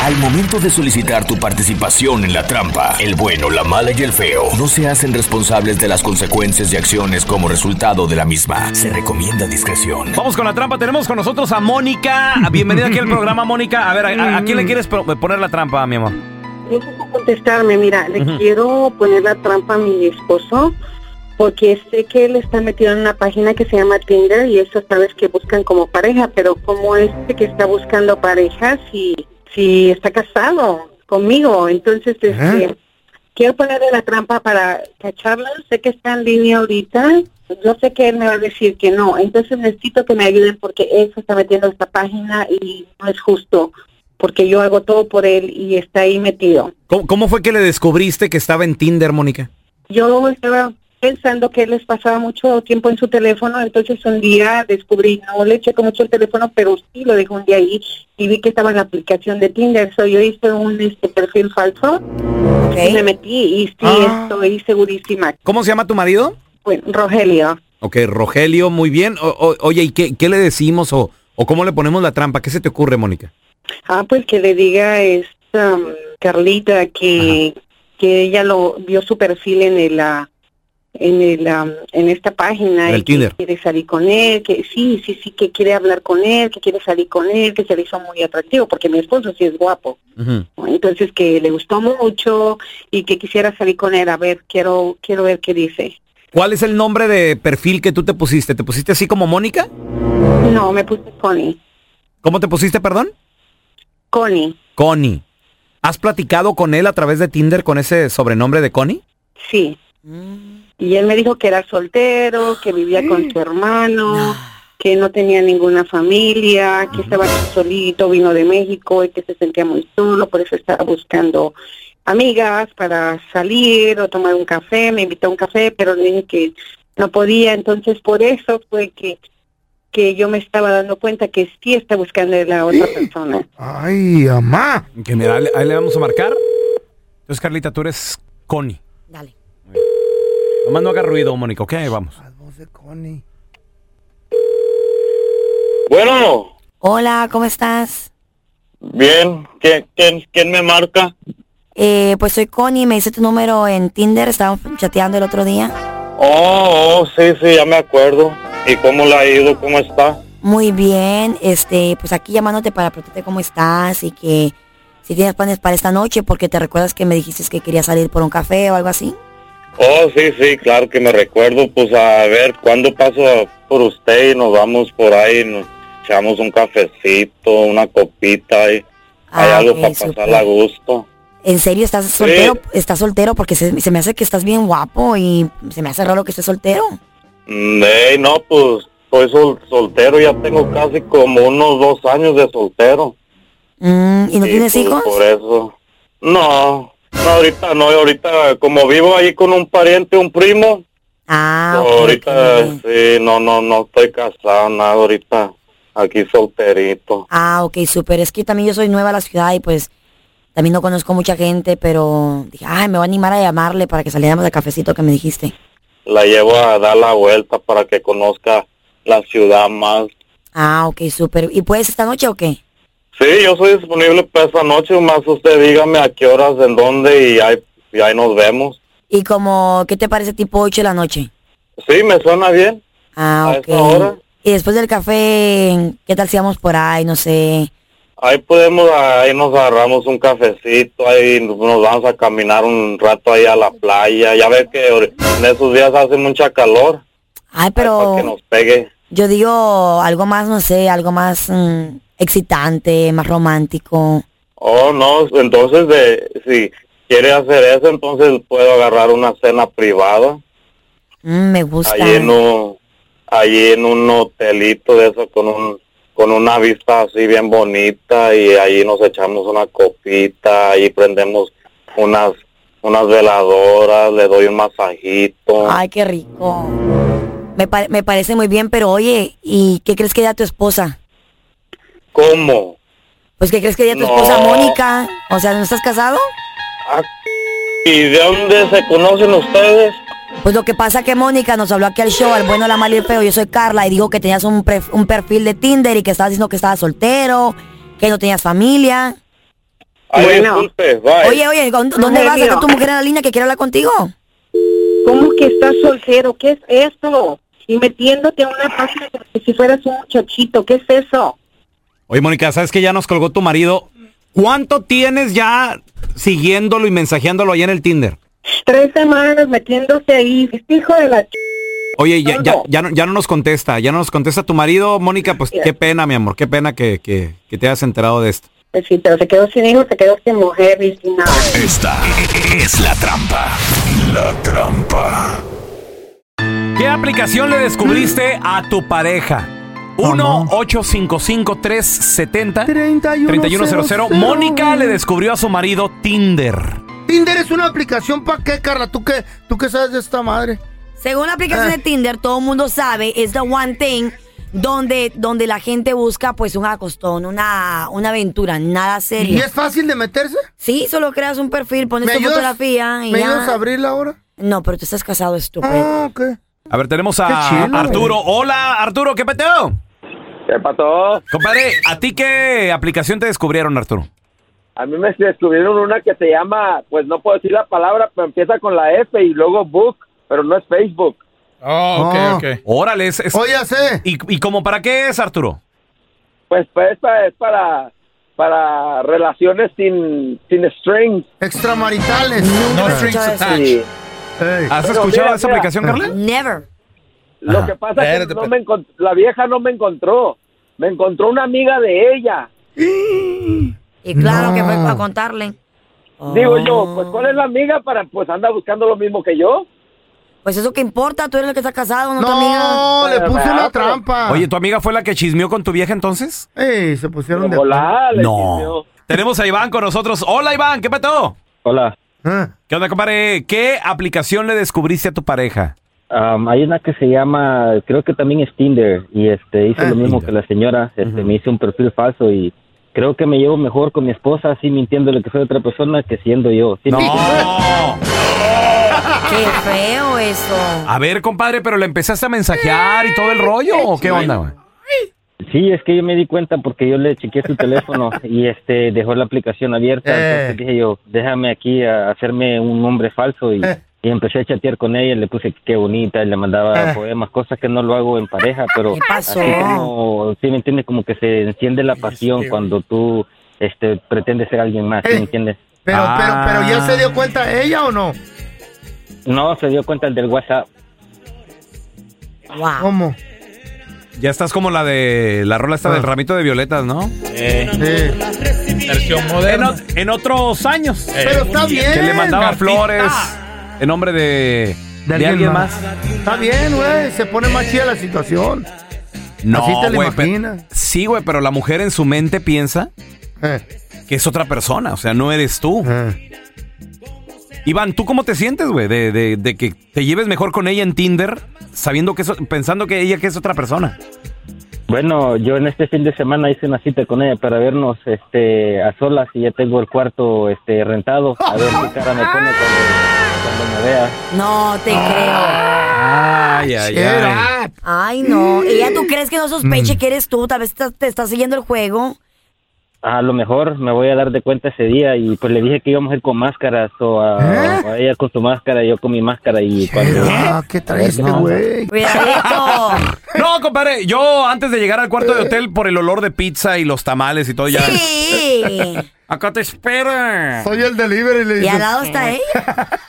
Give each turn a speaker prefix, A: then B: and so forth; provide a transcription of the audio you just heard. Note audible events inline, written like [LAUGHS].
A: Al momento de solicitar tu participación en la trampa, el bueno, la mala y el feo no se hacen responsables de las consecuencias y acciones como resultado de la misma. Se recomienda discreción.
B: Vamos con la trampa. Tenemos con nosotros a Mónica. Bienvenida aquí al programa, Mónica. A ver, ¿a, a- a quién le quieres pro- poner la trampa, mi amor?
C: No sé cómo contestarme, mira, le
B: Ujú.
C: quiero poner la trampa a mi esposo porque sé que él está metido en una página que se llama Tinder y eso sabes que buscan como pareja, pero como este que está buscando pareja si, si está casado conmigo? Entonces, este, quiero ponerle la trampa para cacharla, sé que está en línea ahorita, yo sé que él me va a decir que no, entonces necesito que me ayuden porque él se está metiendo en esta página y no es justo porque yo hago todo por él y está ahí metido.
D: ¿Cómo, cómo fue que le descubriste que estaba en Tinder, Mónica?
C: Yo estaba pensando que él les pasaba mucho tiempo en su teléfono, entonces un día descubrí, no le checo mucho el teléfono, pero sí lo dejó un día ahí y vi que estaba en la aplicación de Tinder. So, yo hice un este, perfil falso y me metí y sí,
D: Ah.
C: estoy segurísima.
D: ¿Cómo se llama tu marido?
C: Bueno, Rogelio,
D: Ok, Rogelio, muy bien. O- o- oye, ¿y qué, qué le decimos o, o cómo le ponemos la trampa? ¿Qué se te ocurre, Mónica?
C: ah, pues que le diga a esta um, Carlita que, que ella lo vio su perfil en el... ah, en el um, en esta página
D: En el
C: y que
D: Tinder.
C: quiere salir con él, que sí, sí, sí, que quiere hablar con él, que quiere salir con él, que se le hizo muy atractivo, porque mi esposo sí es guapo.
D: Ujú.
C: ¿no? Entonces que le gustó mucho y que quisiera salir con él. A ver, quiero quiero ver qué dice.
D: ¿Cuál es el nombre de perfil que tú te pusiste? ¿Te pusiste así como Mónica?
C: No, me puse Connie.
D: ¿Cómo te pusiste, perdón?
C: Connie,
D: Connie. ¿Has platicado con él a través de Tinder con ese sobrenombre de Connie?
C: sí. Y él me dijo que era soltero, que vivía con su hermano, que no tenía ninguna familia, que estaba solito, vino de México y que se sentía muy solo, por eso estaba buscando amigas para salir o tomar un café, me invitó a un café, pero le dije que no podía, entonces por eso fue que, que yo me estaba dando cuenta que sí está buscando a la otra persona.
E: Ay, mamá.
B: Que mira, ahí le- ahí le vamos a marcar. Entonces, Carlita, tú eres Connie.
F: Dale.
B: Nomás no haga ruido, Mónica, ok, ahí vamos.
E: Las voz de Connie.
G: Bueno,
F: Hola, ¿cómo estás?
G: bien. ¿Quién, quién, quién me marca?
F: Eh, pues soy Connie, me hice tu número en Tinder, estábamos chateando el otro día.
G: Oh, oh, sí, sí, ya me acuerdo. ¿Y cómo le ha ido? ¿Cómo está?
F: Muy bien, este, pues aquí llamándote para preguntarte cómo estás y que si tienes planes para esta noche, porque te recuerdas que me dijiste que querías salir por un café o algo así.
G: Oh, sí, sí, claro que me recuerdo. Pues a ver, ¿cuándo paso por usted y nos vamos por ahí? y Nos echamos un cafecito, una copita y hay
F: Ah,
G: algo
F: ok,
G: para pasarla a
F: súper.
G: gusto.
F: ¿En serio estás soltero? ¿Estás soltero? Porque se, se me hace que estás bien guapo y se me hace raro que estés soltero.
G: Mm, ey, no, pues soy sol- soltero, ya tengo casi como unos dos años de soltero.
F: Mm, ¿Y no
G: Sí,
F: tienes
G: pues,
F: hijos?
G: Por eso. No, no, ahorita no, ahorita como vivo ahí con un pariente, un primo,
F: Ah, ok, ok,
G: ahorita
F: muy bien.
G: sí, no, no, no estoy casado, nada, ahorita aquí solterito.
F: Ah, ok, súper. Es que también yo soy nueva a la ciudad y pues también no conozco mucha gente, pero dije, ay, me voy a animar a llamarle para que saliéramos del cafecito que me dijiste.
G: La llevo a dar la vuelta para que conozca la ciudad más.
F: Ah, ok, súper. ¿Y puedes esta noche o qué?
G: Sí, yo soy disponible para esta noche, más usted dígame a qué horas, en dónde y ahí, y ahí nos vemos.
F: ¿Y como, qué te parece tipo 8 de la noche?
G: Sí, me suena bien.
F: Ah,
G: ¿A
F: ok.
G: esa hora?
F: Y después del café, ¿qué tal si vamos por ahí? No sé.
G: Ahí podemos, ahí nos agarramos un cafecito, ahí nos vamos a caminar un rato ahí a la playa. Ya ves que ahori- en esos días hace mucha calor,
F: Ay,
G: para que
F: pero
G: nos pegue.
F: yo digo algo más, no sé, algo más mm, excitante, más romántico.
G: Oh, no, entonces de, si quiere hacer eso, entonces puedo agarrar una cena privada.
F: Mm, me gusta.
G: Allí en un, allí en un hotelito de eso con un con una vista así bien bonita y ahí nos echamos una copita, ahí prendemos unas unas veladoras, le doy un masajito.
F: Ay, qué rico. Me, pare- me parece muy bien, pero oye, ¿y qué crees que da tu esposa?
G: ¿Cómo?
F: Pues, ¿qué crees que da tu
G: No.
F: esposa Mónica? O sea, ¿no estás casado?
G: Ah, ¿Y de dónde se conocen ustedes?
F: Pues lo que pasa que Mónica nos habló aquí al show, al bueno, la mala y el feo. Yo soy Carla y dijo que tenías un, pref- un perfil de Tinder y que estabas diciendo que estabas soltero, que no tenías familia.
G: Ay,
C: Bueno.
G: disculpe, bye.
F: Oye, oye, ¿dó- ¿dónde vas?
C: Rogelio.
F: Está tu mujer en la línea que quiere hablar contigo.
C: ¿Cómo que estás soltero? ¿Qué es eso? Y metiéndote a una página como que si fueras un muchachito, ¿qué es eso?
D: Oye, Mónica, ¿sabes que ya nos colgó tu marido? ¿Cuánto tienes ya siguiéndolo y mensajeándolo allá en el Tinder?
C: Tres semanas metiéndose ahí, hijo de la ch...
D: Oye, ya, ya,
C: Todo.
D: ya, no, ya no nos contesta, ya no nos contesta tu marido, Mónica, pues qué pena, mi amor, qué pena que, que- que te hayas enterado de esto.
C: Pues sí, pero se quedó sin hijo, se quedó sin mujer y sin nada.
A: Esta es la trampa. La trampa.
B: ¿Qué aplicación le descubriste a tu pareja? 1-855-370-3100.
E: 3100.
B: Mónica le descubrió a su marido Tinder.
E: Tinder es una aplicación para qué, Carla? ¿Tú qué, ¿Tú qué sabes de esta madre?
F: Según la aplicación de Tinder, todo el mundo sabe, es the one thing donde, donde la gente busca pues un acostón, una, una aventura, nada
E: ¿Y
F: serio.
E: es fácil de meterse?
F: Sí, solo creas un perfil, pones
E: ¿Me
F: tu
E: ayudas-
F: fotografía y
E: ¿Me
F: ya.
E: ayudas a abrirla ahora?
F: No, pero tú estás casado, estúpido.
E: Ah, ok.
B: A ver, tenemos
E: Qué
B: a
E: chido,
B: Arturo. Hola, Arturo, ¿qué peteo?
H: ¿Qué pasó?
B: Compadre, ¿a ti qué aplicación te descubrieron, Arturo?
H: A mí me descubrieron una que se llama, pues no puedo decir la palabra, pero empieza con la F y luego book, pero no es Facebook.
I: Oh, ok,
E: Ah.
I: ok.
B: Órale, es... es-
E: Oye, ya sé.
B: ¿Y, ¿Y como para qué es, Arturo?
H: Pues, pues esta es para para relaciones sin sin strings.
E: Extramaritales.
I: No Ah.
F: Nunca he
I: strings
F: escuchado
I: attached.
H: Y
E: Ey.
B: ¿Has
H: Pero
B: escuchado
H: mira,
B: de esta
H: mira.
B: aplicación, Carla?
F: Never.
H: lo
B: Ajá.
H: que pasa es
I: Espérate,
H: que no me encon- la vieja no me encontró, me encontró una amiga de ella.
F: Y claro
E: No.
F: que fue para contarle.
H: Digo
F: Oh.
H: yo, pues ¿cuál es la amiga para pues anda buscando lo mismo que yo?
F: Pues eso que importa, tú eres el que está casado, no, tu amiga.
E: No, le puse una trampa.
B: Oye, ¿tu amiga fue la que chismeó con tu vieja entonces?
E: Ey, se pusieron de...
H: Hola, le
B: No.
H: sirvió.
B: Tenemos a Iván con nosotros. Hola, Iván, ¿qué peteo?
J: Hola,
E: Ah,
B: ¿Qué onda, compadre? ¿Qué aplicación le descubriste a tu pareja?
J: am, hay una que se llama, creo que también es Tinder y este hice
E: Ah,
J: lo mismo
B: Tinder.
J: que la señora, este
B: Ujú.
J: me hice un perfil falso y creo que me llevo mejor con mi esposa así mintiéndole que soy otra persona que siendo yo. Sí,
B: No.
J: me-
F: Qué feo eso.
B: A ver, compadre, pero le empezaste a mensajear y todo el rollo, ¿o qué onda, güey?
J: Sí, es que yo me di cuenta porque yo le chequeé
E: [LAUGHS]
J: su teléfono y este dejó la aplicación abierta,
E: Eh.
J: entonces dije yo, déjame aquí a hacerme un nombre falso y,
E: Eh.
J: y empecé a chatear con ella, le puse que qué bonita, y le mandaba
E: Eh.
J: poemas, cosas que no lo hago en pareja, pero
F: ¿Qué pasó?
J: Así como, sí me entiendes, como que se enciende la pasión cuando tú este, pretendes ser alguien más, ¿sí
E: Eh.
J: ¿me entiendes?
E: pero,
B: Ah.
E: pero, pero ¿ya se dio cuenta ella o no?
J: No, se dio cuenta el del WhatsApp.
F: Wow.
E: ¿Cómo?
B: Ya estás como la de la rola esta del
H: Ah.
B: ramito de violetas, ¿no?
E: Sí.
I: Versión moderna.
B: otros años.
E: Pero está bien.
B: Eh, Que le mandaba
I: Cartita.
B: flores en nombre de, de alguien más.
E: Está bien, güey. Se pone más chida la situación. Así te la
B: güey, pe-
E: imaginas.
B: Sí, güey, pero la mujer en su mente piensa
E: Eh,
B: que es otra persona, o sea, no eres tú.
E: eh.
B: Iván, ¿tú cómo te sientes, güey? De, de- de que te lleves mejor con ella en Tinder, sabiendo que eso, pensando que ella que es otra persona.
J: Bueno, yo en este fin de semana hice una cita con ella para vernos este, a solas y ya tengo el cuarto este, rentado. A ver qué cara me pone cuando, cuando me vea.
F: No te creo.
B: Ay, ay,
E: Era.
F: Ay, no. ¿Y ya tú crees que no
I: Mm.
F: sospeche que eres tú? Tal vez te, te está siguiendo el juego.
J: A lo mejor me voy a dar de cuenta ese día y pues le dije que íbamos a ir con máscaras o a,
E: ¿Eh?
J: o a ella con su máscara y yo con mi máscara y cuando...
E: Ah, ¿Qué trae
B: pues,
E: este
I: [LAUGHS]
E: güey?
F: Cuidadito.
B: No, compadre, yo antes de llegar al cuarto de hotel por el olor de pizza y los tamales y todo ya.
F: Sí.
B: Acá te espera.
E: Soy el delivery, le
F: Y
E: dice.
F: al lado está ella.